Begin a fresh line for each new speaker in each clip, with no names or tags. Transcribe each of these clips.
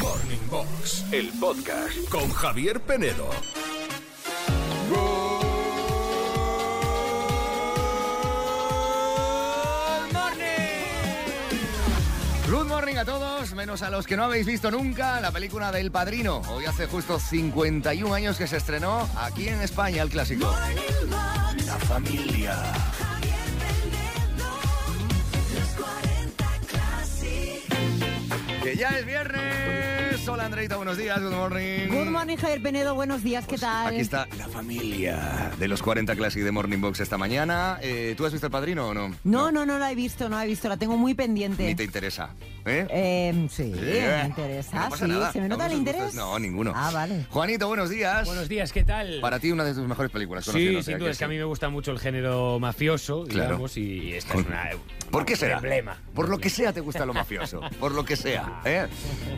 Morning Box, el podcast con Javier Penedo.
Good morning a todos, menos a los que no habéis visto nunca la película del Padrino. Hoy hace justo 51 años que se estrenó aquí en España el clásico.
La familia.
Que ya es viernes. Hola Andreita, buenos días, good morning.
Good morning, Javier Penedo. Buenos días, ¿qué tal?
Pues, Aquí está la familia de los 40 Classic de Morning Box esta mañana. Eh, ¿Tú has visto el Padrino o no?
No, no, no la he visto, no la he visto. La tengo muy pendiente.
Ni te interesa. ¿eh?
Eh, sí,
Eh,
me interesa.
no pasa
sí,
nada.
¿se me nota
¿Algunos
el
os gustan?
interés?
No, ninguno.
Ah, vale.
Juanito, buenos días.
Buenos días, ¿qué tal?
Para ti una de tus mejores películas.
sí,
conocidas,
sin
¿eh?
duda, es que a
sí.
mí me gusta mucho el género mafioso,
Claro.
digamos, y esta es una...
¿Por qué será?
Un emblema.
Por lo que sea te gusta lo mafioso. Por lo que sea. ¿eh?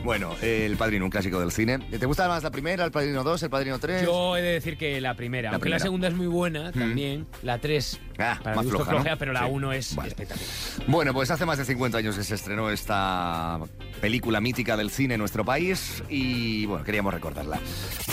Bueno, eh, El Padrino, un clásico del cine. ¿Te gusta más la primera, El Padrino 2, El Padrino 3?
Yo he de decir que la primera,
La
aunque
primera. Mm.
la segunda es muy buena también, la tres
Ah,
para
más
mi gusto
floja, ¿no?
flojea, pero la
Sí.
uno es
Vale.
espectacular.
Bueno, pues hace más de 50 años que se estrenó esta película mítica del cine en nuestro país y, bueno, queríamos recordarla.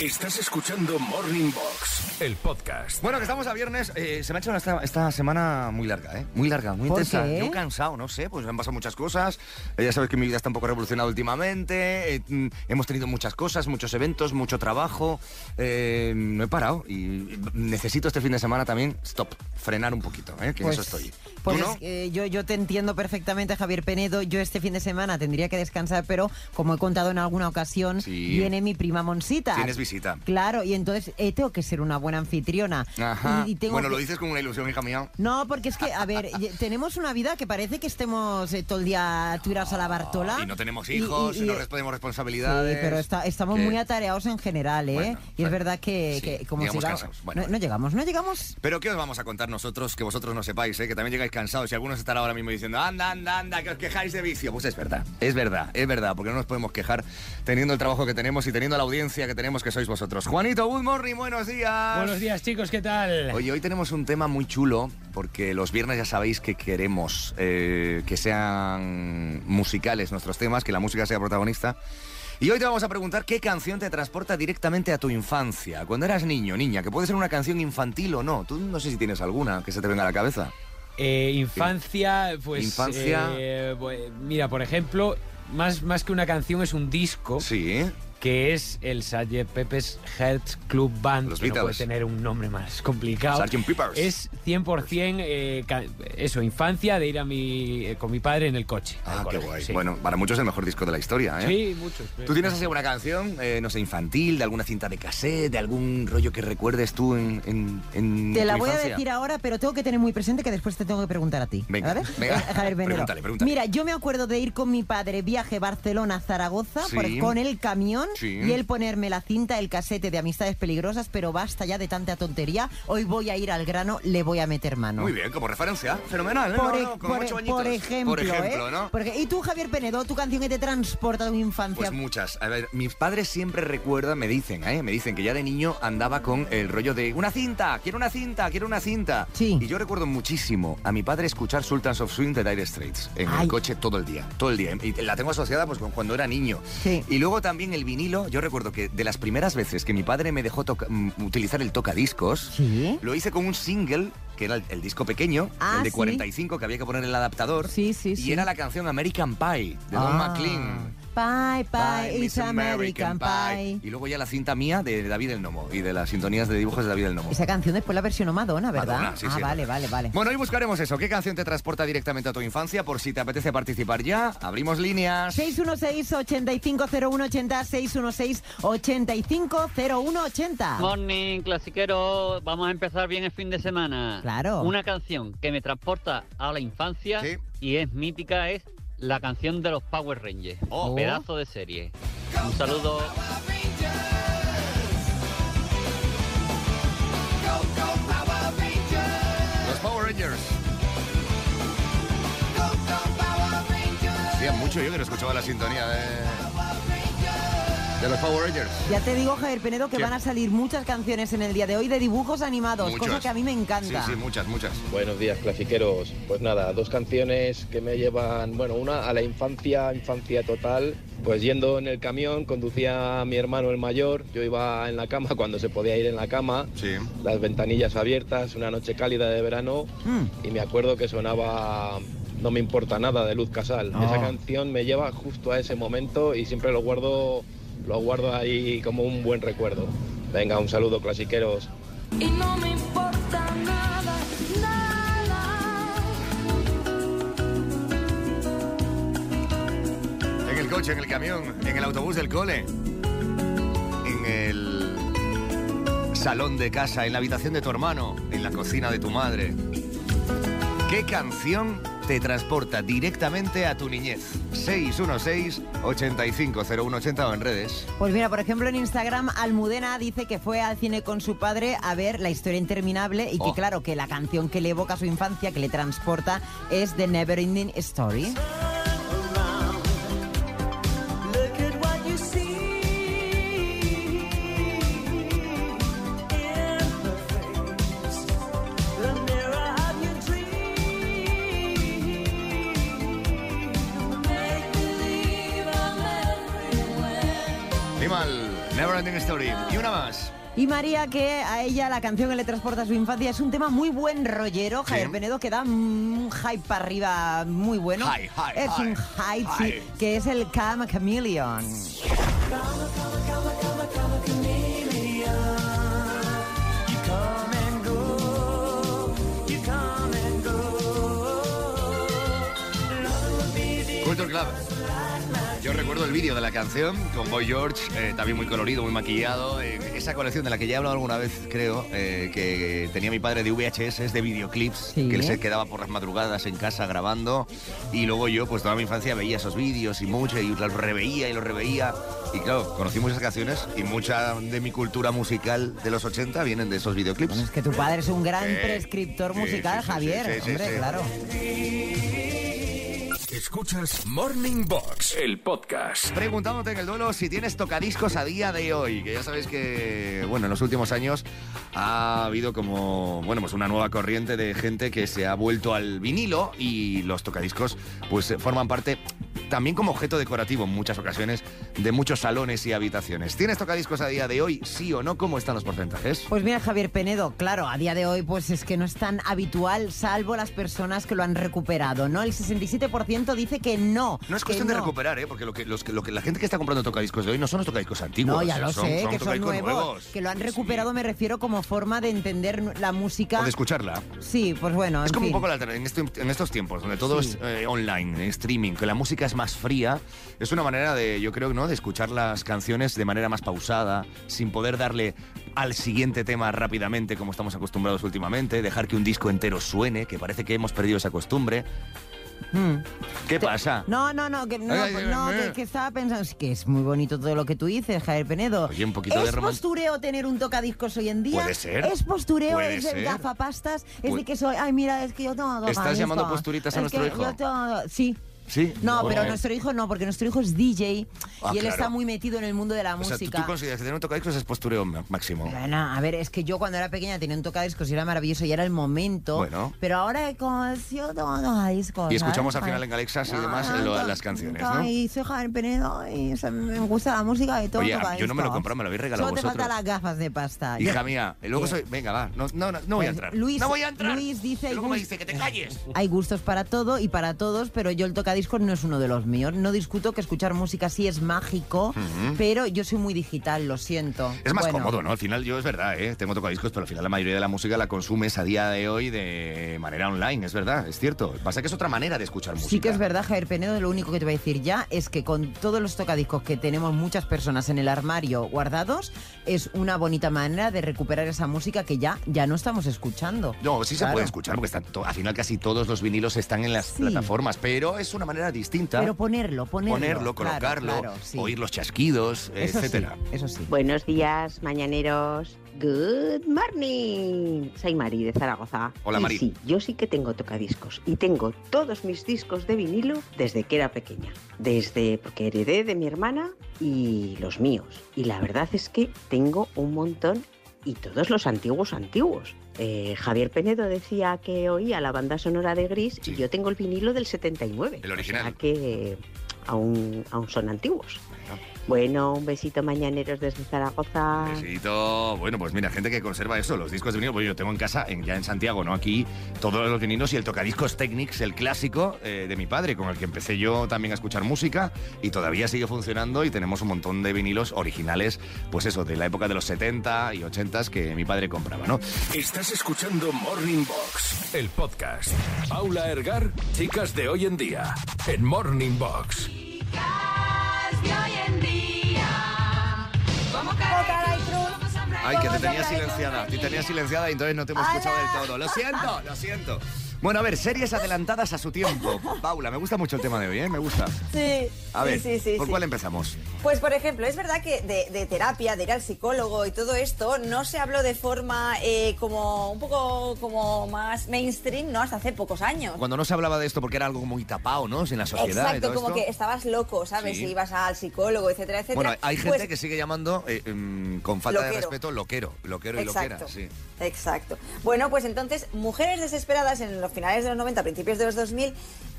Estás escuchando Morning Box, el podcast.
Bueno, que estamos a viernes. Eh, se me ha hecho esta, esta semana muy larga, ¿eh? Muy larga, muy
¿Por
intensa.
qué?
Yo cansado, no sé, pues me han pasado muchas cosas. Eh, ya sabes que mi vida está un poco revolucionada últimamente. Eh, mm, hemos tenido muchas cosas, muchos eventos, mucho trabajo. Eh, no he parado y necesito este fin de semana también, stop, frenar un poquito, ¿eh? Que en eso estoy. ¿Tú
pues
no?
es que yo, yo te entiendo perfectamente, Javier Penedo. Yo este fin de semana tendría que descansar, pero como he contado en alguna ocasión,
Sí.
viene mi prima Monsita.
Tienes visita.
Claro, y entonces eh, tengo que ser una buena anfitriona.
Ajá.
Y- y tengo
bueno,
que-
lo dices con una ilusión, hija mía.
No, porque es que, a ver, ye- tenemos una vida que parece que estemos eh, todo el día tirados a la Bartola.
Y no tenemos
Y- y-
hijos, y,
y-
no respondemos responsabilidades.
Sí, pero está- estamos
Que-
muy atareados en general, ¿eh?
Bueno,
y es
bueno,
verdad que,
sí,
que como
llegamos
sigamos-
cansados. Bueno,
no, no llegamos, no llegamos.
Pero ¿qué os vamos a contar nosotros que vosotros no sepáis, eh? que también llegáis cansados y algunos estarán ahora mismo diciendo, anda, anda, anda, que os quejáis de vicio? Pues es verdad, es verdad, es verdad, porque no nos podemos quejar teniendo el trabajo que tenemos y teniendo la audiencia que tenemos que sois vosotros. Juanito, good morning, buenos días.
Buenos días, chicos, ¿qué tal?
Oye, hoy tenemos un tema muy chulo porque los viernes ya sabéis que queremos eh, que sean musicales nuestros temas, que la música sea protagonista. Y hoy te vamos a preguntar qué canción te transporta directamente a tu infancia, cuando eras niño, niña, que puede ser una canción infantil o no. Tú no sé si tienes alguna que se te venga a la cabeza.
Eh, infancia, pues...
Infancia.
eh, bu- mira, por ejemplo, más, más que una canción es un disco
Sí.
que es el Salle Pepe's Heart Club Band.
Los
que no puede
Beatles.
tener un nombre más complicado.
Sgt. Peppers.
Es 100% eh, ca- eso, infancia de ir a mi, eh, con mi padre en el coche.
Ah,
al
qué
colegio,
guay.
sí.
Bueno, para muchos es el mejor disco de la historia, ¿eh?
Sí, muchos.
¿Tú tienes así alguna canción, eh, no sé, infantil, de alguna cinta de cassette, de algún rollo que recuerdes tú en, en, en
Te
tu
la voy a
infancia?
decir ahora, pero tengo que tener muy presente que después te tengo que preguntar a ti.
Venga,
¿vale?
venga.
Eh, Javier Venero.
Pregúntale, pregúntale.
Mira, yo me acuerdo de ir con mi padre viaje Barcelona-Zaragoza
Sí.
por- con el camión
Sí.
y él ponerme la cinta, el casete de Amistades Peligrosas, pero basta ya de tanta tontería. Hoy voy a ir al grano, le voy a meter mano.
Muy bien, como referencia. Fenomenal, ¿eh?
Por,
No,
e-
no, con
por e-
ocho añitos.
por ejemplo,
Por ejemplo,
¿eh?
¿no?
Porque- ¿Y tú, Javier Penedo, tu canción que te transporta a tu infancia?
Pues muchas. A ver, mis padres siempre recuerdan, me dicen, ¿eh? Me dicen que ya de niño andaba con el rollo de una cinta, quiero una cinta, quiero una cinta.
Sí.
Y yo recuerdo muchísimo a mi padre escuchar Sultans of Swing de Dire Straits en el
Ay.
coche todo el día, todo el día. Y la tengo asociada pues con cuando era niño.
Sí.
Y luego también el vinilo, yo recuerdo que de las primeras veces que mi padre me dejó toca- mm, utilizar el tocadiscos,
Sí.
Lo hice con un single, que era el, el disco pequeño,
Ah,
el de
sí.
45, que había que poner el adaptador.
Sí, sí,
y
sí.
era la canción American Pie, de Don
Ah.
McLean.
Pie, pie, it's American pie.
Y luego ya la cinta mía de David el Nomo y de las sintonías de dibujos de David el Nomo.
Esa canción después la versionó Madonna, ¿verdad?
Madonna, sí,
ah,
sí.
vale, vale, vale.
Bueno, hoy buscaremos eso. ¿Qué canción te transporta directamente a tu infancia? Por si te apetece participar ya, abrimos líneas.
616-850180, 616-850180.
Morning, clasiquero. Vamos a empezar bien el fin de semana.
Claro.
Una canción que me transporta a la infancia
Sí.
y es mítica es la canción de los Power Rangers.
Oh.
Pedazo de serie. Un saludo.
Los Power Rangers. Hacía mucho yo que no escuchaba la sintonía de... de los Power Rangers.
Ya te digo, Javier Penedo, que
Sí.
van a salir muchas canciones en el día de hoy de dibujos animados, cosa
Muchas.
que a mí me encanta.
Sí, sí, muchas, muchas.
Buenos días, clasiqueros. Pues nada, dos canciones que me llevan, bueno, una a la infancia, infancia total. Pues yendo en el camión, conducía a mi hermano el mayor, yo iba en la cama cuando se podía ir en la cama,
Sí.
las ventanillas abiertas, una noche cálida de verano,
Mm.
y me acuerdo que sonaba No me importa nada de Luz Casal.
Ah.
Esa canción me lleva justo a ese momento y siempre lo guardo, lo guardo ahí como un buen recuerdo. Venga, un saludo, clasiqueros.
Y no me importa nada, nada.
En el coche, en el camión, en el autobús del cole, en el salón de casa, en la habitación de tu hermano, en la cocina de tu madre. ¿Qué canción te transporta directamente a tu niñez? 616-850180 o en redes.
Pues mira, por ejemplo, en Instagram, Almudena dice que fue al cine con su padre a ver La historia interminable y que,
Oh.
claro, que la canción que le evoca su infancia, que le transporta, es The Never Ending Story.
Look at what you see in her face, the mirror of your dream. Make believe I'm everywhere.
Animal, Never Ending Story. Y una más.
Y María, que a ella la canción que le transporta a su infancia es un tema muy buen rollero,
Sí.
Javier Penedo, que da un hype para arriba muy bueno.
Hype, hype,
es un
hype,
hype, sí,
hype.
que es el Cam Chameleon.
Culture Club. Yo recuerdo el vídeo de la canción con Boy George, eh, también muy colorido, muy maquillado. eh, esa colección de la que ya he hablado alguna vez, creo, eh, que tenía mi padre de VHS, es de videoclips,
Sí.
que él se quedaba por las madrugadas en casa grabando. Y luego yo, pues toda mi infancia, veía esos vídeos y mucho, y los reveía y los reveía. Y claro, conocí muchas canciones y mucha de mi cultura musical de los 80 vienen de esos videoclips.
Bueno, es que tu padre es un gran
Sí.
prescriptor
Sí,
musical,
sí, sí,
Javier.
sí, sí, sí,
Hombre,
sí.
claro.
Escuchas Morning Box, el podcast.
Preguntándote en el duelo si tienes tocadiscos a día de hoy, que ya sabes que, bueno, en los últimos años ha habido como, bueno, pues una nueva corriente de gente que se ha vuelto al vinilo y los tocadiscos pues eh, forman parte también como objeto decorativo en muchas ocasiones de muchos salones y habitaciones. ¿Tienes tocadiscos a día de hoy, sí o no? ¿Cómo están los porcentajes?
Pues mira, Javier Penedo, claro, a día de hoy pues es que no es tan habitual, salvo las personas que lo han recuperado, ¿no? El 67% dice que no.
No es
que
cuestión de
no.
recuperar, ¿eh? porque lo que, los que- lo que- la gente que está comprando tocadiscos de hoy no son los tocadiscos antiguos.
No, ya lo
son-
sé,
son
que son
tocadiscos
nuevos, Que lo han
Sí.
recuperado, me refiero, como forma de entender nu- la música.
O de escucharla.
Sí, pues bueno,
Es
en
como
fin.
un poco la alter- en, este- en estos tiempos, donde todo
Sí.
es eh, online, en streaming, que la música es más fría, es una manera de, yo creo, ¿no? de escuchar las canciones de manera más pausada, sin poder darle al siguiente tema rápidamente como estamos acostumbrados últimamente, dejar que un disco entero suene, que parece que hemos perdido esa costumbre.
Mm.
¿Qué pasa?
No, no, no, que, no,
Ay, ay,
pues no,
ay,
que,
ay.
que estaba pensando, es que es muy bonito todo lo que tú dices, Javier Penedo.
Oye, un poquito
¿Es
de roman-
postureo tener un tocadiscos hoy en día?
Puede ser.
¿Es postureo
Puede
es
ser.
el gafapastas? Es
Pu-
de que soy, ay, mira, es que yo tengo
¿Estás
gafapastas.
llamando posturitas a
Es
nuestro
que
hijo?
yo tengo- Sí.
Sí.
No,
Bueno,
pero
eh.
nuestro hijo no, porque nuestro hijo es DJ
Ah,
y él
claro.
está muy metido en el mundo de la
O sea, ¿tú,
música.
tú consideras que tener un tocadiscos es postureo ma- máximo.
Bueno, a ver, es que yo cuando era pequeña tenía un tocadiscos y era maravilloso y era el momento.
Bueno.
Pero ahora he conocido todos los discos.
Y escuchamos al final en Alexas y demás eh, lo- las canciones, ¿no?
Y soy Javier Penedo y o sea, me gusta la música y todo.
Oye,
tocadiscos.
yo no me lo compré, me lo habéis regalado
Solo te
vosotros.
faltan las gafas de pasta.
Hija
Ya.
mía, y luego
Sí.
soy. Venga, va. No, no, no, no voy a
Pues,
entrar.
Luis-
no voy a entrar.
Luis dice-
Y Luego me
Luis-
dice que te calles.
Hay gustos para todo y para todos, pero yo el tocadiscos no es uno de los míos. No discuto que escuchar música sí es mágico, pero yo soy muy digital, lo siento.
Es más
Bueno.
cómodo, ¿no? Al final yo es verdad, ¿eh? Tengo tocadiscos, pero al final la mayoría de la música la consumes a día de hoy de manera online, es verdad, es cierto. Pasa que es otra manera de escuchar música.
Sí que es verdad, Javier Penedo, lo único que te voy a decir ya es que con todos los tocadiscos que tenemos muchas personas en el armario guardados, es una bonita manera de recuperar esa música que ya, ya no estamos escuchando.
No, sí se
Claro.
puede escuchar porque están to- al final casi todos los vinilos están en las
Sí.
plataformas, pero es una manera distinta.
Pero ponerlo, ponerlo.
ponerlo,
claro,
colocarlo,
claro, sí.
oír los chasquidos,
Eso sí,
etcétera.
eso sí.
Buenos días, mañaneros. Good morning. Soy Mari de Zaragoza.
Hola,
Y
Mari.
Sí, yo sí que tengo tocadiscos y tengo todos mis discos de vinilo desde que era pequeña. Desde porque heredé de mi hermana y los míos. Y la verdad es que tengo un montón y todos los antiguos antiguos. Eh, Javier Penedo decía que oía la banda sonora de Gris
Sí.
y yo tengo el vinilo del 79.
El
O sea
original.
que aún, aún son antiguos. Bueno, un besito mañaneros desde Zaragoza.
Besito. Bueno, pues mira, gente que conserva eso, los discos de vinilo. Pues yo tengo en casa, en- ya en Santiago, ¿no? Aquí, todos los vinilos y el tocadiscos Technics, el clásico eh, de mi padre, con el que empecé yo también a escuchar música y todavía sigue funcionando y tenemos un montón de vinilos originales, pues eso, de la época de los 70 y 80 que mi padre compraba, ¿no?
Estás escuchando Morning Box, el podcast. Paula Ergar, chicas de hoy en día, en Morning Box.
Ay, que te tenía silenciada. Te tenía silenciada y entonces no te hemos escuchado del todo. Lo siento, lo siento. Bueno, a ver, series adelantadas a su tiempo. Paula, me gusta mucho el tema de hoy, ¿eh? Me gusta.
Sí,
A
sí,
ver,
sí, sí,
¿por
sí.
cuál empezamos?
Pues por ejemplo, es verdad que de, de terapia, de ir al psicólogo y todo esto, no se habló de forma eh, como un poco como más mainstream, ¿no? Hasta hace pocos años.
Cuando no se hablaba de esto porque era algo muy tapado, ¿no? En la sociedad. y
Exacto,
todo
como
esto.
que estabas loco, ¿sabes?
Sí.
Si ibas al psicólogo, etcétera, etcétera.
Bueno, hay gente
Pues-
que sigue llamando, eh, mm, con falta de
Loquero.
respeto, loquero. Loquero y
Exacto.
loquera, sí.
Exacto. Bueno, pues entonces, Mujeres Desesperadas en los finales de los 90, principios de los 2000,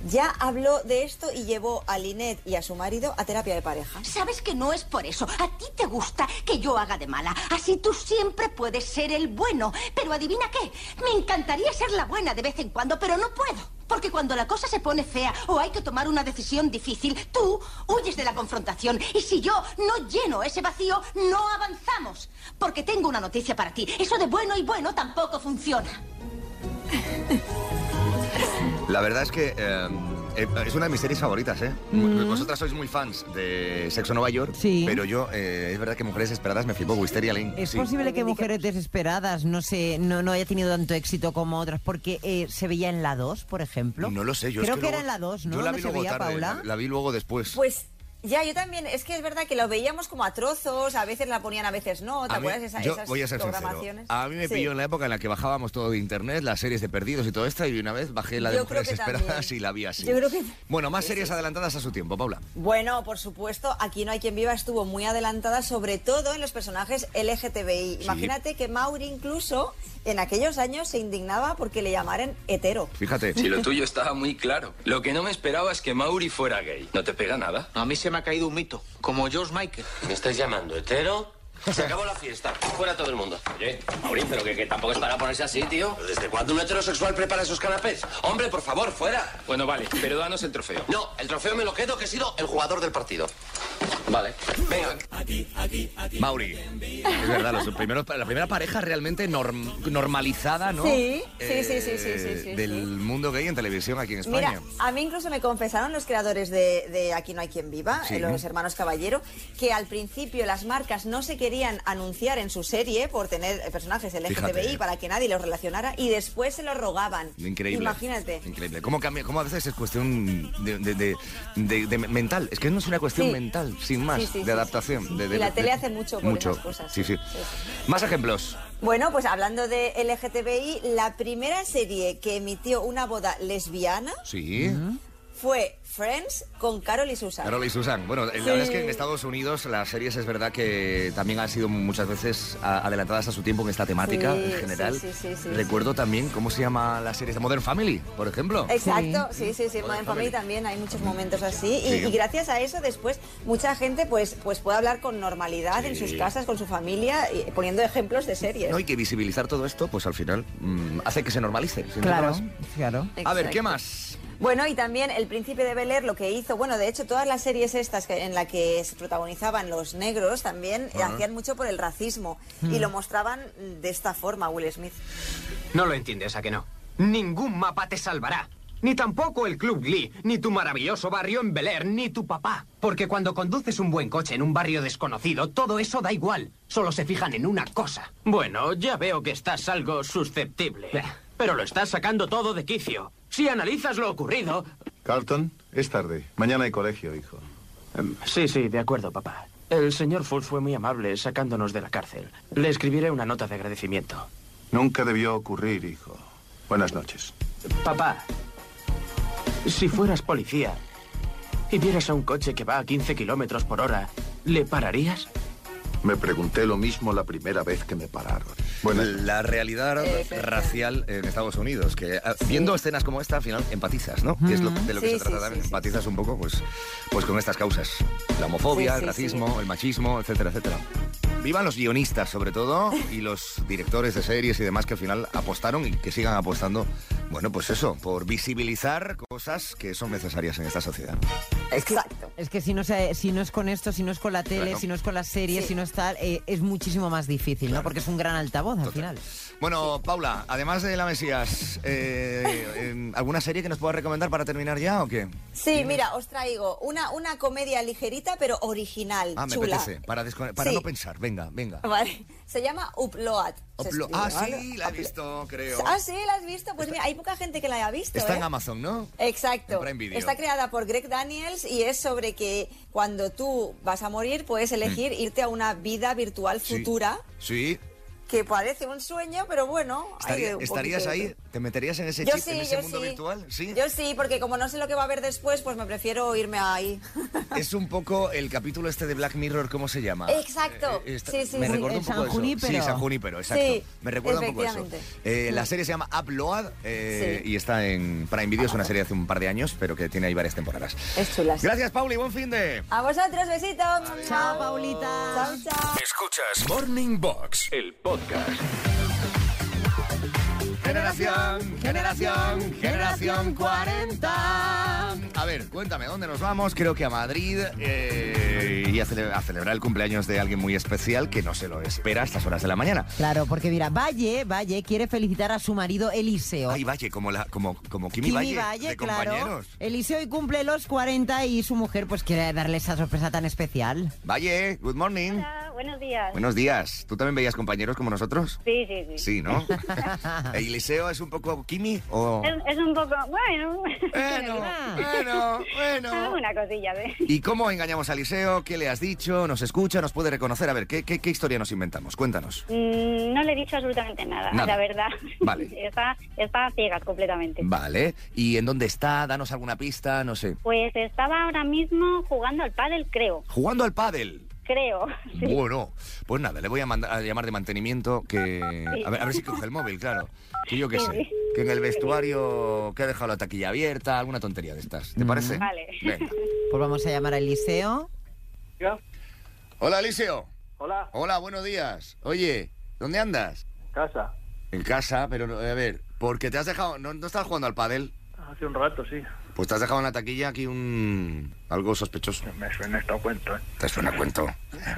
ya habló de esto y llevó a Linet y a su marido a terapia de pareja.
Sabes que no es por eso. A ti te gusta que yo haga de mala. Así tú siempre puedes ser el bueno. Pero adivina qué. Me encantaría ser la buena de vez en cuando, pero no puedo. Porque cuando la cosa se pone fea o hay que tomar una decisión difícil, tú huyes de la confrontación. Y si yo no lleno ese vacío, no avanzamos. Porque tengo una noticia para ti. Eso de bueno y bueno tampoco funciona.
La verdad es que eh, eh, es una de mis series favoritas, ¿eh? Vosotras sois muy fans de Sexo Nueva York,
Mm. Sí.
pero yo, eh, es verdad que Mujeres Esperadas me flipó Wisteria Lane.
Es
sí.
posible que Mujeres Desesperadas no, se, no, no haya tenido tanto éxito como otras, porque eh, se veía en la 2, por ejemplo.
No lo sé, yo es
Creo que,
luego-
era en la 2, ¿no?
Yo la
Donde
vi
se
luego
veía
tarde,
Paula.
La, la vi luego después.
Pues ya, yo también. Es que es verdad que lo veíamos como a trozos, a veces la ponían, a veces no. ¿Te
A mí-
acuerdas de esa-
yo
esas
voy a ser sincero.
programaciones?
A mí me
Sí.
pilló en la época en la que bajábamos todo de internet, las series de perdidos y todo esto, y una vez bajé la de
Yo creo
mujeres
que
esperadas
también.
y la vi así.
Yo creo que-
Bueno, más series adelantadas a su tiempo, Paula.
Bueno, por supuesto, aquí no hay quien viva estuvo muy adelantada, sobre todo en los personajes LGTBI. Imagínate que Mauri incluso en aquellos años se indignaba porque le llamaran hetero.
Fíjate.
Si lo tuyo estaba muy claro. Lo que no me esperaba es que Mauri fuera gay. ¿No te pega nada?
A mí se me ha caído un mito, como George Michael.
¿Me estáis llamando hetero? Se acabó la fiesta. Fuera todo el mundo. Oye, Mauri, pero que, que tampoco es para ponerse así, tío. ¿Desde cuándo un heterosexual prepara esos canapés? Hombre, por favor, fuera.
Bueno, vale, pero danos el trofeo.
No, el trofeo me lo quedo que he sido el jugador del partido. Vale. Venga.
Mauri. Es verdad, los primeros- la primera pareja realmente norm- normalizada, ¿no? Eh,
Sí, sí, sí, sí, sí, sí, sí,
Del
sí.
mundo gay en televisión aquí en España.
Mira, a mí incluso me confesaron los creadores de, de Aquí no hay quien viva,
Sí.
eh, los hermanos Caballero, que al principio las marcas no se querían anunciar en su serie por tener eh, personajes LGTBI
Fíjate.
para que nadie los relacionara y después se los rogaban.
Increíble.
Imagínate.
Increíble. ¿Cómo, cambia, cómo a veces es cuestión de, de- de- de- de mental? Es que no es una cuestión
Sí.
mental, sin más,
Sí, sí,
de
sí,
adaptación.
sí, sí.
de- de-
Y la
de-
tele hace mucho por
mucho.
esas cosas,
Sí, sí.
sí, sí,
Más ejemplos.
Bueno, pues hablando de LGTBI, la primera serie que emitió una boda lesbiana
Sí.
fue Friends con Carol y Susan.
Carol y Susan. Bueno, la verdad es que en Estados Unidos las series es verdad que también han sido muchas veces a- adelantadas a su tiempo en esta temática
Sí,
en general.
sí, sí, sí, sí,
Recuerdo también cómo se llama la serie de Modern Family, por ejemplo.
Exacto, sí, sí, sí.
Modern Family.
Modern Family también hay muchos momentos así. Y,
Sí.
y gracias a eso, después, mucha gente pues, pues puede hablar con normalidad en
Sí.
sus casas, con su familia, y poniendo ejemplos de series.
No hay que visibilizar todo esto, pues al final mm, hace que se normalice. sin duda
Claro,
más.
claro.
A ver, ¿qué
Exacto.
más?
Bueno, y también El Príncipe de Bel Air lo que hizo, bueno, de hecho todas las series estas que- en las que se protagonizaban los negros también eh, hacían mucho por el racismo y lo mostraban de esta forma Will Smith.
No lo entiendes, ¿a que no? Ningún mapa te salvará. Ni tampoco el Club Glee, ni tu maravilloso barrio en Bel Air, ni tu papá. Porque cuando conduces un buen coche en un barrio desconocido, todo eso da igual. Solo se fijan en una cosa. Bueno, ya veo que estás algo susceptible. Pero lo estás sacando todo de quicio. Si analizas lo ocurrido,
Carlton, es tarde. Mañana hay colegio, hijo.
Sí, sí, de acuerdo, papá. El señor Full fue muy amable sacándonos de la cárcel. Le escribiré una nota de agradecimiento.
Nunca debió ocurrir, hijo. Buenas noches.
Papá, si fueras policía y vieras a un coche que va a 15 kilómetros por hora, ¿le pararías?
Me pregunté lo mismo la primera vez que me pararon.
Bueno, la realidad racial en Estados Unidos, que ah, viendo escenas como esta, al final empatizas, ¿no? Que es lo, de lo que
Mm. Sí,
se trata
sí,
también.
sí, sí,
empatizas un poco pues, pues con estas causas. La homofobia,
Sí, sí,
el racismo, el machismo, etcétera, etcétera. Vivan los guionistas, sobre todo, y los directores de series y demás que al final apostaron y que sigan apostando, bueno, pues eso, por visibilizar cosas que son necesarias en esta sociedad.
Exacto.
Es que si no, se- si no es con esto, si no es con la tele,
Claro.
si no es con las series,
Sí.
si no es tal, eh, es muchísimo más difícil, ¿no? Porque es un gran altavoz al final.
Bueno, Paula, además de La Mesías, eh, eh, ¿alguna serie que nos puedas recomendar para terminar ya o qué?
Sí, mira, os traigo una, una comedia ligerita pero original,
Ah, me
chula.
apetece. Para, descone- para
Sí.
no pensar. Venga, venga.
Vale. Se llama Upload. Se
Uplo-
escribe,
ah,
¿vale?
sí, la he visto, creo.
Ah, sí, la has visto. Pues mira, hay poca gente que la haya visto.
Está en
¿eh?
Amazon, ¿no? En
Exacto.
Prime Video.
Está creada por Greg Daniels y es sobre que cuando tú vas a morir puedes elegir irte a una vida virtual
Sí.
futura
Sí.
que parece un sueño, pero bueno. hay
Estaría-
de un
¿Estarías
poquito de
ahí?
todo.
¿Te meterías en ese
yo
chip,
sí,
en ese
yo
mundo
sí.
virtual? Sí.
Yo sí, porque como no sé lo que va a haber después, pues me prefiero irme ahí.
Es un poco el capítulo este de Black Mirror, ¿cómo se llama?
Exacto.
Eh, esta-
Sí, sí,
me
sí.
recuerda
El
un poco
San
eso.
Junípero.
Sí, San Junípero, exacto.
Sí,
me recuerda un poco eso.
efectivamente. Mm.
Eh, la serie se llama Upload eh, y está en Prime Video. Es una serie de hace un par de años, pero que tiene ahí varias temporadas.
Es chula. sí.
Gracias, Paula, y buen fin de...
A vosotros, besitos. Chao, Paulita. Chao, chao.
Escuchas Morning Box, el podcast.
Generación, generación, generación 40. A ver, cuéntame, ¿dónde nos vamos? Creo que a Madrid eh, y a, cele- a celebrar el cumpleaños de alguien muy especial que no se lo espera a estas horas de la mañana.
Claro, porque mira, Valle, Valle quiere felicitar a su marido Eliseo.
Ay, Valle, como, la, como, como Kimi,
Kimi
Valle, de
claro.
compañeros.
Eliseo hoy cumple los 40 y su mujer pues quiere darle esa sorpresa tan especial.
Valle, good morning.
Buenos días.
Buenos días. ¿Tú también veías compañeros como nosotros?
Sí, sí, sí.
Sí, ¿no? ¿Eliseo es un poco Kimi o...?
Es, es un poco, bueno.
Bueno, bueno, bueno.
Una cosilla, ¿eh? ¿ves?
¿Y cómo engañamos a Eliseo? ¿Qué le has dicho? ¿Nos escucha? ¿Nos puede reconocer? A ver, ¿qué, qué, qué historia nos inventamos? Cuéntanos.
Mm, No le he dicho absolutamente nada,
Nada.
la verdad.
Vale.
Está, está a ciegas completamente.
Vale. ¿Y en dónde está? Danos alguna pista, no sé.
Pues estaba ahora mismo jugando al pádel, creo.
Jugando al pádel.
Creo.
Bueno, pues nada, le voy a, manda- a llamar de mantenimiento que...
Sí.
A ver, a ver si coge el móvil, claro. Que yo qué
Sí,
sé.
sí.
Que en el vestuario que ha dejado la taquilla abierta, alguna tontería de estas. ¿Te parece?
Vale.
Venga.
Pues vamos a llamar a Eliseo.
Hola, Eliseo.
Hola.
Hola, buenos días. Oye, ¿dónde andas?
Casa.
En casa, pero no- a ver, porque te has dejado... ¿No, no estás jugando al pádel?
Hace un rato, sí.
Pues te has dejado en la taquilla aquí un... algo sospechoso.
Me suena esto a cuento, ¿eh?
¿Te suena a cuento?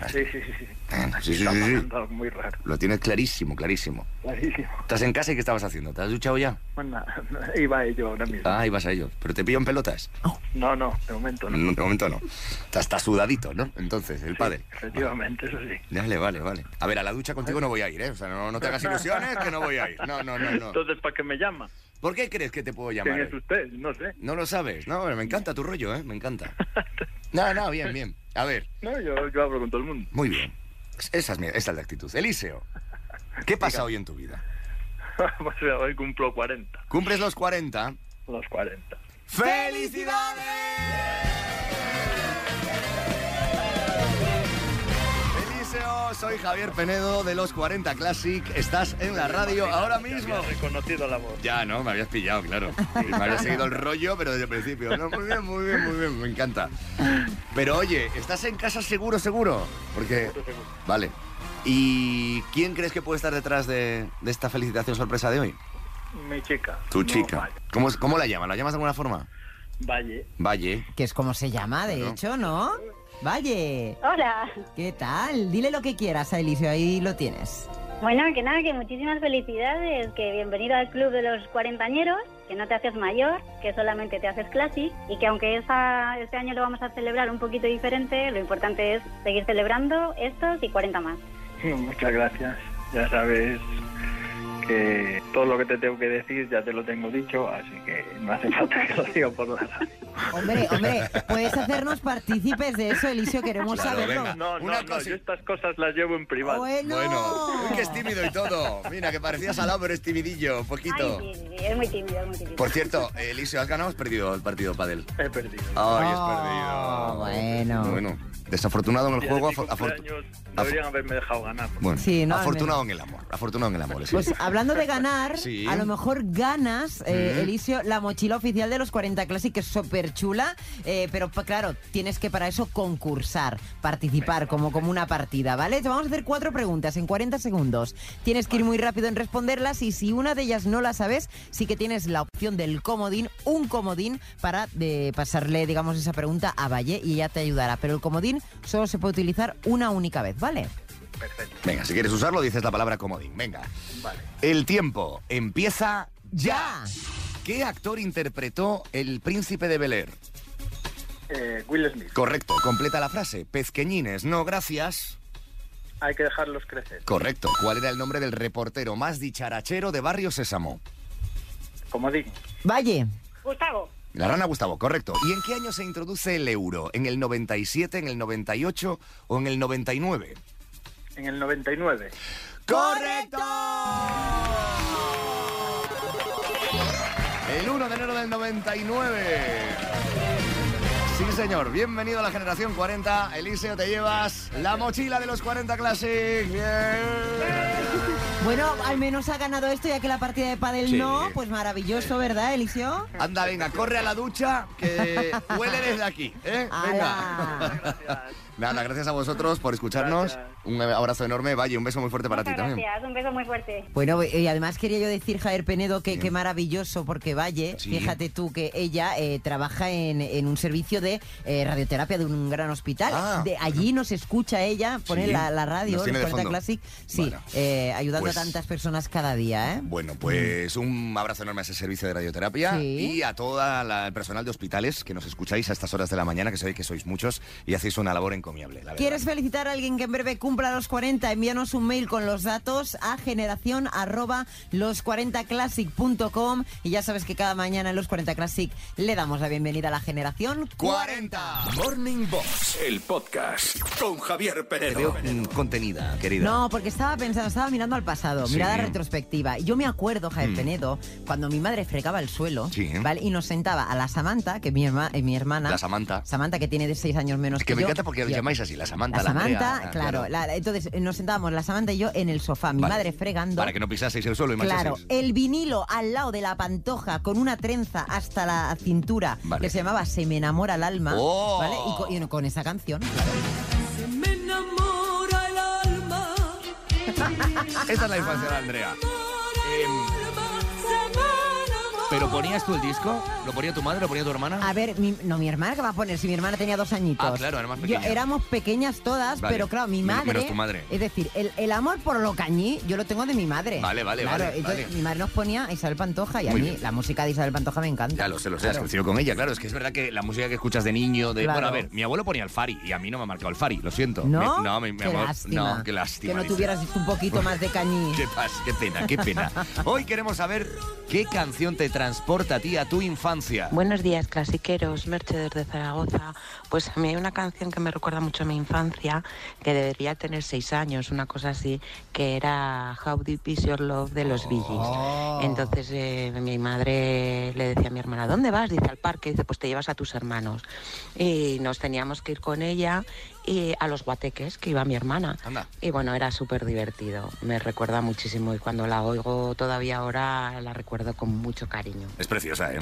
Sí, sí, sí. sí.
Eh, Sí, sí,
Está
sí, sí.
pasando algo muy raro.
Lo tienes clarísimo, clarísimo.
Clarísimo.
¿Estás en casa y qué estabas haciendo? ¿Te has duchado ya?
Bueno, iba a ello ahora mismo.
Ah, ibas a ello. ¿Pero te pillo en pelotas?
No, no, de momento no.
No, de momento no. Está, está sudadito, ¿no? Entonces, el pádel.
Efectivamente, eso sí.
Vale, vale, vale. A ver, a la ducha contigo no voy a ir, ¿eh? O sea, no, no te hagas ilusiones que no voy a ir. No, no, no, no.
Entonces, ¿para qué me llama?
¿Por qué crees que te puedo llamar?
¿Quién es
hoy?
usted? No sé.
No lo sabes, ¿no? Me encanta tu rollo, ¿eh? Me encanta. No, no, bien, bien. A ver.
No, yo, yo hablo con todo el mundo.
Muy bien. Esa es, mi- esa es la actitud. Eliseo, ¿qué pasa hoy en tu vida?
Pues mira, hoy cumplo 40.
¿Cumples los 40?
Los 40.
¡Felicidades! Eliseo, soy Javier Penedo de los 40 Classic. Estás en la radio ahora mismo.
He reconocido la voz.
Ya, ¿no? Me habías pillado, claro. Me habías seguido el rollo, pero desde el principio. No, muy bien, muy bien, muy bien. Me encanta. Pero oye, ¿estás en casa seguro, seguro? Porque... Vale. ¿Y quién crees que puede estar detrás de, de esta felicitación sorpresa de hoy?
Mi chica.
Tu
No,
chica. ¿Cómo, es- ¿Cómo la llamas? ¿La llamas de alguna forma?
Valle.
Valle.
Que es como se llama, de
Claro.
hecho, ¿no? Valle.
Hola.
¿Qué tal? Dile lo que quieras a Eliseo, ahí lo tienes.
Bueno, que nada, que muchísimas felicidades, que bienvenido al club de los cuarentañeros, que no te haces mayor, que solamente te haces classic y que aunque esa- este año lo vamos a celebrar un poquito diferente, lo importante es seguir celebrando estos y 40 más.
Muchas gracias. Ya sabes que todo lo que te tengo que decir ya te lo tengo dicho, así que no hace falta que lo diga por la radio.
Hombre, hombre, puedes hacernos partícipes de eso, Elisio, queremos saberlo.
No, no, no, yo estas cosas las llevo en privado.
Bueno.
Bueno, uy, que es tímido y todo. Mira, que parecías al pero es timidillo, un poquito.
Ay, sí, sí, es muy tímido, es muy tímido.
Por cierto, eh, Eliseo, ¿has ganado o has perdido el partido pádel?
He perdido.
Ay, has
Oh,
perdido.
bueno.
Bueno, desafortunado en el
Día
juego,
de mi
afor- afor-
cumpleaños deberían haberme dejado ganar.
bueno,
Sí, no, al
afortunado en el amor, afortunado en el amor. sí.
Pues hablando de ganar,
Sí.
a lo mejor ganas, eh,
Mm.
Elisio, la mochila oficial de los 40 Classic, que es súper chula, eh, pero pa- claro, tienes que para eso concursar, participar como, como una partida, ¿vale? Te vamos a hacer cuatro preguntas en 40 segundos. Tienes que ir muy rápido en responderlas y si una de ellas no la sabes, sí que tienes la opción del comodín, un comodín para de, pasarle, digamos, esa pregunta a Valle y ella te ayudará. Pero el comodín solo se puede utilizar una única vez, ¿vale?
Venga, si quieres usarlo, dices la palabra comodín. Venga.
Vale.
El tiempo empieza ya. ¿Qué actor interpretó el príncipe de Bel Air?
Eh, Will Smith,
Correcto. Completa la frase. Pezqueñines, no gracias.
hay que dejarlos crecer.
Correcto. ¿Cuál era el nombre del reportero más dicharachero de Barrio Sésamo?
Como digo,
Valle.
Gustavo,
La rana Gustavo, correcto. ¿Y en qué año se introduce el euro? ¿En el 97, en el 98 o en el 99?
en el 99.
¡Correcto! El 1 de enero del 99. Sí, señor. Bienvenido a la generación 40. Eliseo, te llevas la mochila de los 40 Classic. Bien.
Bueno, al menos ha ganado esto, ya que la partida de pádel
Sí.
no, pues maravilloso, ¿verdad, Eliseo?
Anda, venga, corre a la ducha que huele desde aquí. ¿eh? Venga. Nada, gracias a vosotros por escucharnos. Un abrazo enorme. Valle, un beso muy fuerte para ti
muchas
también.
gracias. Un beso muy fuerte.
Bueno, y además quería yo decir, Javier Penedo, que, que maravilloso, porque Valle,
Sí.
fíjate tú que ella eh, trabaja en, en un servicio de eh, radioterapia de un gran hospital.
Ah.
de allí nos escucha ella, pone
Sí.
la, la radio,
Nos tiene
los
de
40
fondo.
Classic, sí,
Bueno.
eh, ayudando
Pues-
a tantas personas cada día, ¿eh?
Bueno, pues un abrazo enorme a ese servicio de radioterapia
Sí.
y a todo el personal de hospitales que nos escucháis a estas horas de la mañana, que sabéis que sois muchos y hacéis una labor encomiable. La verdad.
¿Quieres felicitar a alguien que en breve cumpla los 40? Envíanos un mail con los datos a generación arroba los40classic.com y ya sabes que cada mañana en los 40 Classic le damos la bienvenida a la generación 40.
Morning Box, el podcast con Javier
Te
Penedo.
veo mm, contenida, querida.
No, porque estaba pensando, estaba mirando al pasado,
Sí. Mm.
mirada retrospectiva. Y Yo me acuerdo, Jaime Penedo, cuando mi madre fregaba el suelo,
Sí.
¿vale? Y nos sentaba a la Samantha, que es mi, herma- eh, mi hermana.
La Samantha.
Samantha, que tiene de 6 años menos
Es
que,
que me
yo.
encanta porque os
Y-
llamáis así, la Samantha.
La Samantha,
Andrea, ah,
claro. la- la- entonces eh, nos sentábamos la Samantha y yo en el sofá, mi
Vale.
madre fregando.
Para que no pisaseis el suelo y
Claro,
manchaseis.
el vinilo al lado de la pantoja con una trenza hasta la cintura
Vale.
que se llamaba Se me enamora el alma,
¡Oh!
¿vale? Y co- Y, con, esa canción.
Se me enamora el alma.
Esta es la infancia de Andrea. Em, ¿Pero ponías tú el disco? ¿Lo ponía tu madre? ¿Lo ponía tu hermana?
A ver, mi- no, mi hermana que va a poner, si mi hermana tenía dos añitos.
Ah, claro, era más
Yo-
pequeña.
éramos pequeñas todas,
Vale.
pero claro, mi
Men-
madre.
menos tu madre.
Es decir, el, el amor por lo cañí yo lo tengo de mi madre.
Vale, vale,
Claro,
vale,
entonces,
vale.
Mi madre nos ponía a Isabel Pantoja y a
Muy
mí
bien.
la música de Isabel Pantoja me encanta.
Ya lo sé, lo sé, has
Claro.
crecido con ella, claro. Es que es verdad que la música que escuchas de niño, de.
Claro.
Bueno, a ver, mi abuelo ponía el Fari y a mí no me ha marcado el Fari, lo siento.
¿No?
Me- no, mi, mi
qué
abuelo-
lástima.
No, qué lástima.
Que no
dice.
tuvieras un poquito más de cañí.
Qué, pas- qué pena, qué pena. Hoy queremos saber qué canción te transporta a ti a tu infancia.
Buenos días, clasiqueros, Mercedes de Zaragoza. Pues a mí hay una canción que me recuerda mucho a mi infancia, que debería tener seis años, una cosa así, que era How Deep Is Your Love de los Bee Gees. Entonces eh, mi madre le decía a mi hermana, ¿dónde vas? Dice, al parque. Dice, pues te llevas a tus hermanos. Y nos teníamos que ir con ella y a los guateques, que iba mi hermana.
Anda.
Y bueno, era súper divertido. Me recuerda muchísimo y cuando la oigo todavía ahora la recuerdo con mucho cariño.
Es preciosa, ¿eh?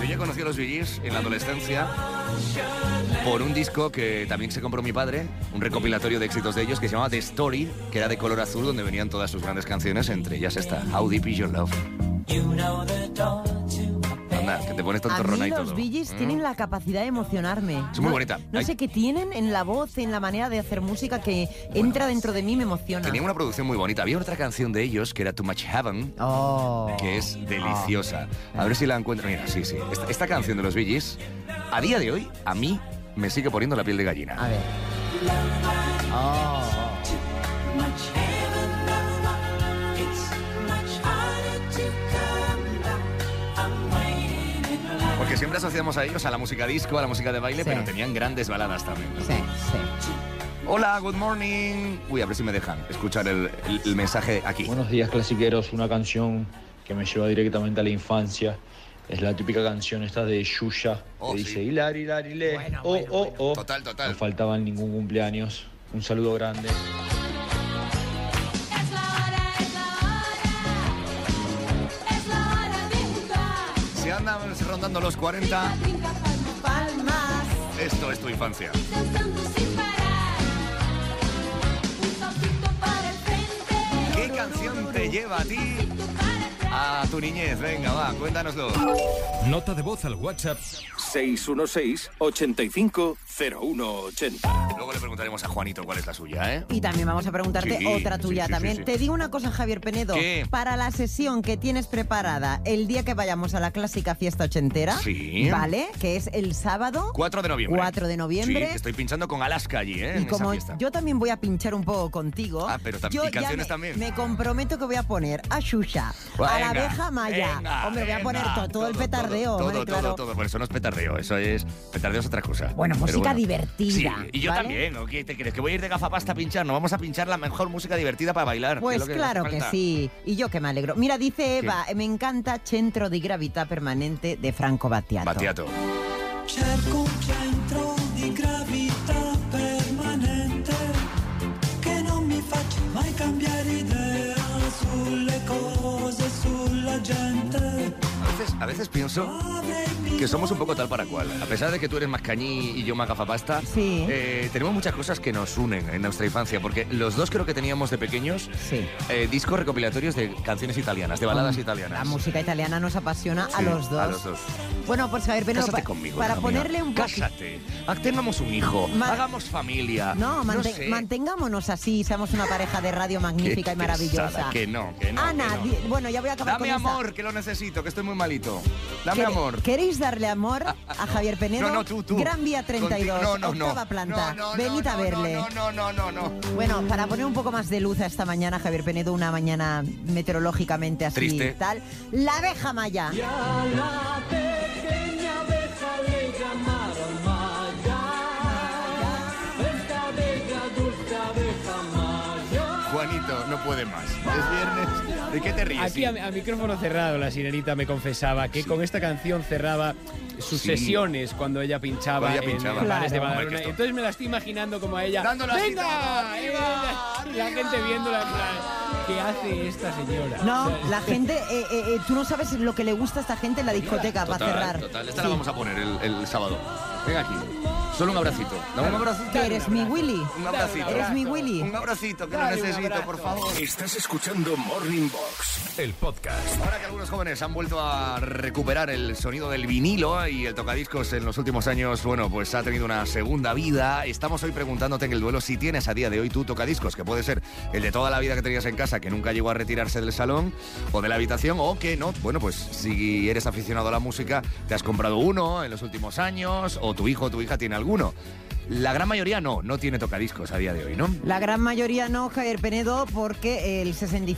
Yo ya conocí a los Bee Gees en la adolescencia por un disco que también se compró mi padre, un recopilatorio de éxitos de ellos que se llamaba The Story, que era de color azul donde venían todas sus grandes canciones, entre ellas esta, How Deep Is Your Love.
You know the door to my
Aznar, que te pones
A
tontorrona
mí
y todo.
los Billys
Mm.
tienen la capacidad de emocionarme.
Es muy
No-
bonita.
No
Hay-
sé qué tienen en la voz, en la manera de hacer música que entra dentro de mí y me emociona.
Tenían una producción muy bonita. Había otra canción de ellos que era Too Much Heaven,
Oh.
que es
Ah.
deliciosa. A ver si la encuentro. Mira, sí, sí. Esta, esta canción de los Billys, a día de hoy, a mí me sigue poniendo la piel de gallina.
A ver. Oh.
Porque siempre asociamos a ellos a la música disco, a la música de baile, pero tenían grandes baladas también.
Sí, sí.
Hola, good morning. Uy, a ver si me dejan escuchar el, el- el mensaje aquí.
Buenos días, clasiqueros. Una canción que me lleva directamente a la infancia. Es la típica canción esta de Yuya. que dice, Hilari, hilari, le. oh, oh, oh. Total, total. No faltaba en ningún cumpleaños. Un saludo grande.
Si andan rondando los 40, esto es tu infancia. ¿Qué canción te lleva a ti a tu niñez? Venga, va, cuéntanoslo.
Nota de voz al WhatsApp 616 85 0180.
Luego le preguntaremos a Juanito cuál es la suya, ¿eh?
Y también vamos a preguntarte
Sí,
otra
sí,
tuya
sí,
también.
sí, sí.
Te digo una cosa, Javier Penedo.
¿Qué?
Para la sesión que tienes preparada el día que vayamos a la clásica fiesta ochentera,
Sí.
¿vale? Que es el sábado
4 de noviembre.
4 de noviembre.
Sí, estoy pinchando con Alaska allí, ¿eh? en
Y
esa
como
fiesta.
yo también voy a pinchar un poco contigo,
Ah, pero tam-
yo
y
ya
canciones
me,
también.
me comprometo que voy a poner a Xuxa, a la
Venga,
abeja maya,
venga,
hombre, voy a
venga,
poner to- todo, el petardeo,
Todo,
hombre,
todo,
claro.
todo. Bueno, eso no es petardeo, eso es. Petardeo es otra cosa.
Bueno,
Pero
música
bueno.
divertida.
Sí, y yo
¿vale?
también, ¿o qué te crees? ¿Que voy a ir de gafapasta a pinchar? No, vamos a pinchar la mejor música divertida para bailar. que es
Pues
lo
claro
hace
que
falta.
sí. Y yo que me alegro. Mira, dice
¿Qué?
Eva, me encanta Centro di Gravità Permanente de Franco Battiato.
Battiato.
Cerco un centro di gravità permanente che non mi faccia mai cambiare idea sulle cose, sulla gente.
A veces, a veces pienso que somos un poco tal para cual. A pesar de que tú eres más cañí y yo más gafapasta, eh, tenemos muchas cosas que nos unen en nuestra infancia, porque los dos creo que teníamos de pequeños eh, discos recopilatorios de canciones italianas, de baladas italianas.
La música italiana nos apasiona a
Sí,
los dos.
A los dos.
Bueno, pues Javier Penedo,
Cásate
pa-
conmigo.
para
hija
ponerle
mía.
un poquito...
Cásate. Ah, Tengamos un hijo.
Ma-
Hagamos familia.
No, manten-
sé.
mantengámonos así, seamos una pareja de radio magnífica y
Qué
maravillosa.
pesada, Que no, que no.
Ana,
que no.
di- bueno, ya voy a acabar
Dame
con esta.
amor, que lo necesito, que estoy muy malito. Dame
¿Quere-
amor. Ah,
¿Queréis darle amor a Javier Penedo?
No, no, tú, tú.
Gran Vía 32,
Conti- no, no, no.
octava planta.
No, no,
Venid
no,
a
no,
verle.
no, no, no, no, no.
Bueno, para poner un poco más de luz a esta mañana, Javier Penedo, una mañana meteorológicamente así
Triste.
y tal. La abeja maya.
Y a la pequeña abeja le llamaron Maya. Esta bella dulce abeja Maya.
Juanito, no puede más. Es viernes. ¿De qué te ríes?
Aquí a, a micrófono cerrado la sirenita me confesaba que con esta canción cerraba sus
Sí.
sesiones cuando ella pinchaba,
Cuando ella pinchaba.
en bares de
Claro.
Badalona.
Hombre, que esto-
Entonces me la estoy imaginando como a ella.
Dándole así,
¡Venga! ¡Venga! Y La gente viéndola en plan, ¿qué hace esta señora?
No,
O sea,
la gente, eh, eh, eh, tú no sabes lo que le gusta a esta gente en la discoteca para cerrar.
Total, esta la vamos a poner el, el sábado. Ven aquí. Solo un abracito. Dame un abracito.
Que eres mi Willy.
Un abracito.
Eres mi Willy.
Un abracito que lo necesito, por favor.
Estás escuchando Morning Box, el podcast.
Ahora que algunos jóvenes han vuelto a recuperar el sonido del vinilo y el tocadiscos en los últimos años, bueno, pues ha tenido una segunda vida. Estamos hoy preguntándote en el duelo si tienes a día de hoy tu tocadiscos, que puede ser el de toda la vida que tenías en casa, que nunca llegó a retirarse del salón o de la habitación, o que no. Bueno, pues si eres aficionado a la música, te has comprado uno en los últimos años, o tu hijo o tu hija tiene alguno. La gran mayoría no, no tiene tocadiscos a día de hoy, ¿no?
La gran mayoría no, Javier Penedo, porque el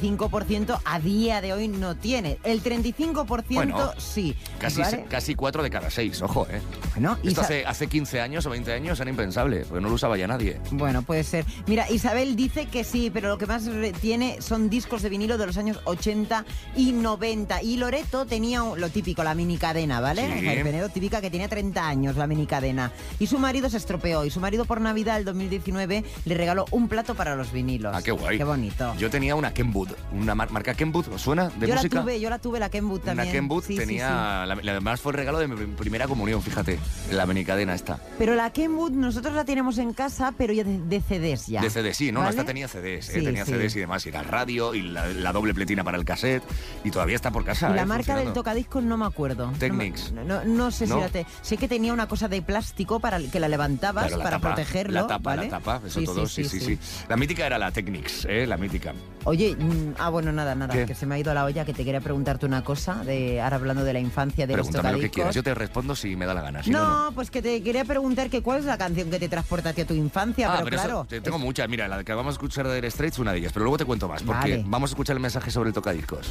65% a día de hoy no tiene. El 35%
Bueno,
sí.
Casi,
¿vale?
casi cuatro de cada seis, ojo, ¿eh?
Bueno, y
Esto
sa-
hace, hace 15 años o 20 años era impensable, porque no lo usaba ya nadie.
Bueno, puede ser. Mira, Isabel dice que sí, pero lo que más re- tiene son discos de vinilo de los años 80 y 90. Y Loreto tenía un- lo típico, la minicadena, ¿vale?
Sí.
Javier Penedo, típica que tenía 30 años, la minicadena. Y su marido se estropeó de hoy. Su marido por Navidad del 2019 le regaló un plato para los vinilos.
Ah, qué guay.
Qué bonito.
Yo tenía una Kenwood, una mar- marca Kenwood, ¿os suena? De
yo
música.
la tuve, yo la tuve, la Kenwood también.
Una Kenwood
Sí, sí,
tenía.
sí.
la- la- además fue el regalo de mi prim- primera comunión, fíjate. La menicadena esta.
Pero la Kenwood nosotros la tenemos en casa, pero ya de, de CDs ya.
De CD, sí, no, no,
¿vale?
esta tenía CDs. eh,
Sí,
tenía
sí.
CDs y demás. Y la radio y la, la doble pletina para el cassette. Y todavía está por casa.
Y la
eh,
marca del
funcionando.
tocadiscos no me acuerdo.
Technics.
No, no, no sé
¿No?
si la te- Sé que tenía una cosa de plástico para que la levantabas
Claro, la
para
tapa,
protegerlo.
La tapa,
¿vale?
la tapa, eso
Sí,
todo,
sí, sí, sí.
La mítica era la Technics, eh, la mítica.
Oye, mm, ah, bueno, nada, nada,
¿Qué?
que se me ha ido la olla, que te quería preguntarte una cosa, de ahora hablando de la infancia, de los
Pregúntame lo
tocadiscos.
que quieras, yo te respondo si me da la gana. si no, no.
no, pues que te quería preguntar que cuál es la canción que te transporta a ti a tu infancia,
Ah,
pero,
pero eso-
claro.
te- tengo muchas. Mira, la que vamos a escuchar de Dire Straits, una de ellas. Pero luego te cuento más, porque
Vale.
vamos a escuchar el mensaje sobre el tocadiscos.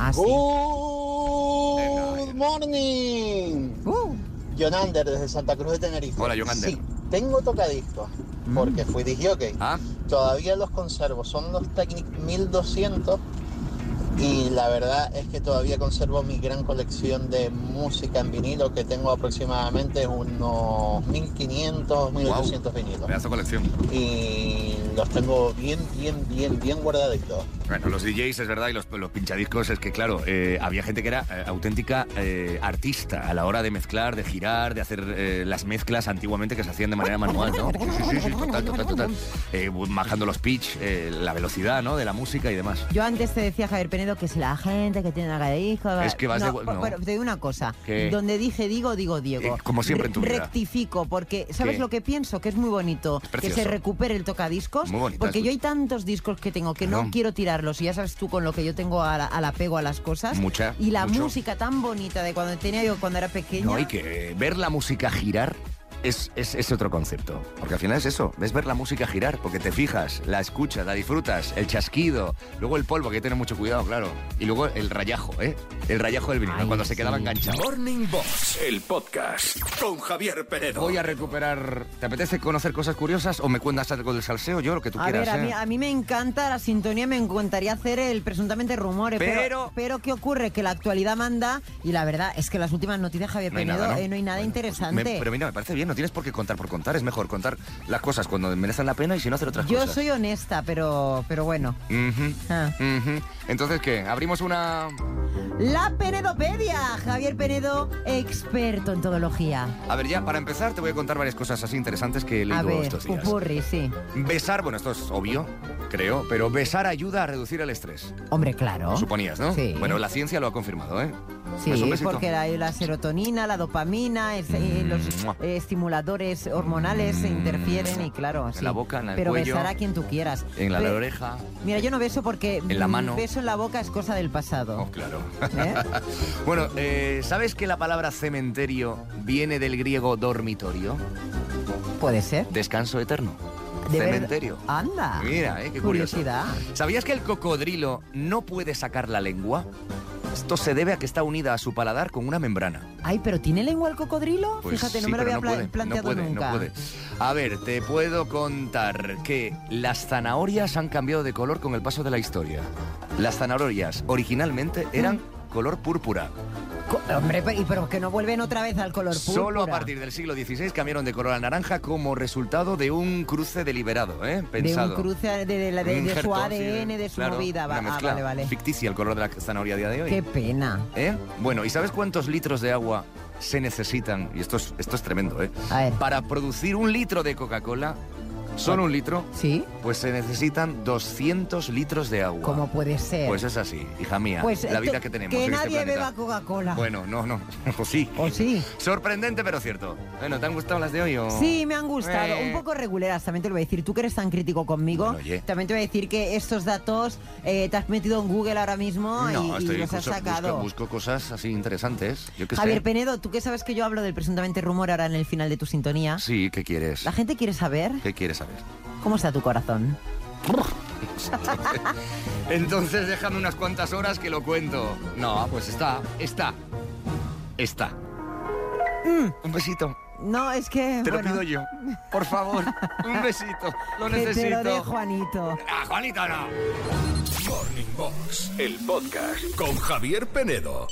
Good morning.
Uh,
Jonander desde Santa Cruz de Tenerife.
Hola, Jonander.
Sí, tengo tocadiscos
mm.
porque fui disc jockey.
¿Ah?
Todavía los conservo, son los Technic 1200 y la verdad es que todavía conservo mi gran colección de música en vinilo que tengo aproximadamente unos 1500, 1800 vinilos.
Pedazo de colección.
Y los tengo bien, bien, bien, bien guardaditos.
Bueno, los DJs es verdad y los, los pinchadiscos es que, claro, eh, había gente que era eh, auténtica eh, artista a la hora de mezclar, de girar, de hacer eh, las mezclas antiguamente que se hacían de manera manual, ¿no? Sí, sí, sí, sí, total, total, total. Eh, bajando los pitch, eh, la velocidad, ¿no? De la música y demás.
Yo antes te decía, Javier Penedo, que si la gente que tiene la disco...
Es que vas de
no,
gu-
por-
no.
Bueno, te digo una cosa.
¿Qué?
Donde dije digo, digo Diego.
Eh, como siempre en tu
Re-
vida.
Rectifico, porque ¿sabes
¿Qué?
lo que pienso? Que es muy bonito que
precioso.
se recupere el tocadiscos.
Muy bonito,
porque
es-
yo hay tantos discos que tengo que
Claro.
no quiero tirarlos. Y ya sabes tú con lo que yo tengo al, al apego a las cosas.
Mucha,
Y la
mucho.
música tan bonita de cuando tenía yo cuando era pequeña.
No, hay que eh, ver la música girar es, es, es otro concepto. Porque al final es eso, ves ver la música girar, porque te fijas, la escuchas, la disfrutas, el chasquido, luego el polvo, que hay que tener mucho cuidado, claro. Y luego el rayajo, ¿eh? El rayajo del vinilo, cuando se quedaba enganchado.
Morning Box, el podcast con Javier Penedo.
Voy a recuperar. ¿Te apetece conocer cosas curiosas o me cuentas algo del salseo? Yo lo que tú
A
quieras.
ver, a,
¿eh?
mí, a mí me encanta la sintonía, me encantaría hacer el presuntamente rumores, pero,
Pero-
pero, ¿qué ocurre? Que la actualidad manda y la verdad es que las últimas noticias, Javier
No hay
Penedo,
nada, ¿no? pues
eh, no hay nada interesante.
Me- pero mira, me parece bien, no tienes por qué contar por contar, es mejor contar las cosas cuando merecen la pena y si no hacer otras
Yo
cosas.
soy honesta, pero, pero bueno.
Ujú,
Ah.
ujú. Entonces, ¿qué? Abrimos una.
La Penedopedia, Javier Penedo, experto en todología.
A ver, ya, para empezar te voy a contar varias cosas así interesantes que he
A
leído
ver,
estos días.
pupurri, sí.
Besar, bueno, esto es obvio, creo, pero besar ayuda a reducir el estrés.
Hombre, claro.
Lo suponías, ¿no?
Sí.
Bueno, la ciencia lo ha confirmado, ¿eh?
Sí,
Es un besito.
porque hay la serotonina, la dopamina, es- eh, los
Mm, Mua.
eh, estimuladores hormonales se interfieren y claro, sí.
la boca, en el
Pero
cuello.
besar a quien tú quieras.
En la,
Pe-
oreja.
Mira, yo no beso porque
En la
mm,
mano. Oh.
beso en la boca es cosa del pasado.
Claro. bueno, eh, ¿sabes que la palabra cementerio viene del griego dormitorio?
Puede ser.
Descanso eterno.
De ver-
cementerio.
Anda.
Mira, eh, qué curioso.
curiosidad.
¿Sabías que el cocodrilo no puede sacar la lengua? Esto se debe a que está unida a su paladar con una membrana.
Ay, pero ¿tiene lengua el cocodrilo?
Pues
Fíjate, no
sí,
me lo
pero
había pla-
puede,
planteado
no puede,
nunca.
No puede. A ver, te puedo contar que las zanahorias han cambiado de color con el paso de la historia. Las zanahorias originalmente eran
Mm.
color púrpura.
Co- Hombre, pero, y pero que no vuelven otra vez al color púrpura.
Solo a partir del siglo XVI cambiaron de color a naranja como resultado de un cruce deliberado, ¿eh? Pensado.
De un cruce de, de- de- de
Un
su
injerto, sí,
ADN, de su
claro,
movida. va-
una
ah,
mezcla
vale, vale.
Ficticia el color de la zanahoria a día de hoy.
Qué pena.
¿Eh? Bueno, ¿y sabes cuántos litros de agua se necesitan? Y esto es, esto es tremendo, ¿eh? Para producir un litro de Coca-Cola, solo un litro,
¿Sí?
pues se necesitan 200 litros de agua.
¿Cómo puede ser?
Pues es así, hija mía,
Pues,
la
eh,
vida
tú-
que tenemos.
Que
en este
nadie
planeta.
beba Coca-Cola.
Bueno, no, no, o sí.
O sí.
Sorprendente, pero cierto. Bueno, ¿te han gustado las de hoy o...?
Sí, me han gustado.
Eh.
Un poco reguleras, también te lo voy a decir. Tú que eres tan crítico conmigo,
Bueno, oye.
también te voy a decir que estos datos eh, te has metido en Google ahora mismo y- y,
estoy
los has
incluso-
sacado.
Busco, busco cosas así interesantes. Yo qué
Javier
sé.
Penedo, tú que sabes que yo hablo del presuntamente rumor ahora en el final de tu sintonía.
Sí, ¿qué quieres?
La gente quiere saber
¿Qué quieres saber?
cómo está tu corazón.
Entonces déjame unas cuantas horas que lo cuento. No, pues está, está, está. Un besito.
No, es que.
Te lo
Mm. bueno,
pido yo. Por favor, un besito. Lo
que
necesito.
Te lo dejo, Juanito.
Ah, Juanito no.
Morning Box, el podcast con Javier Penedo.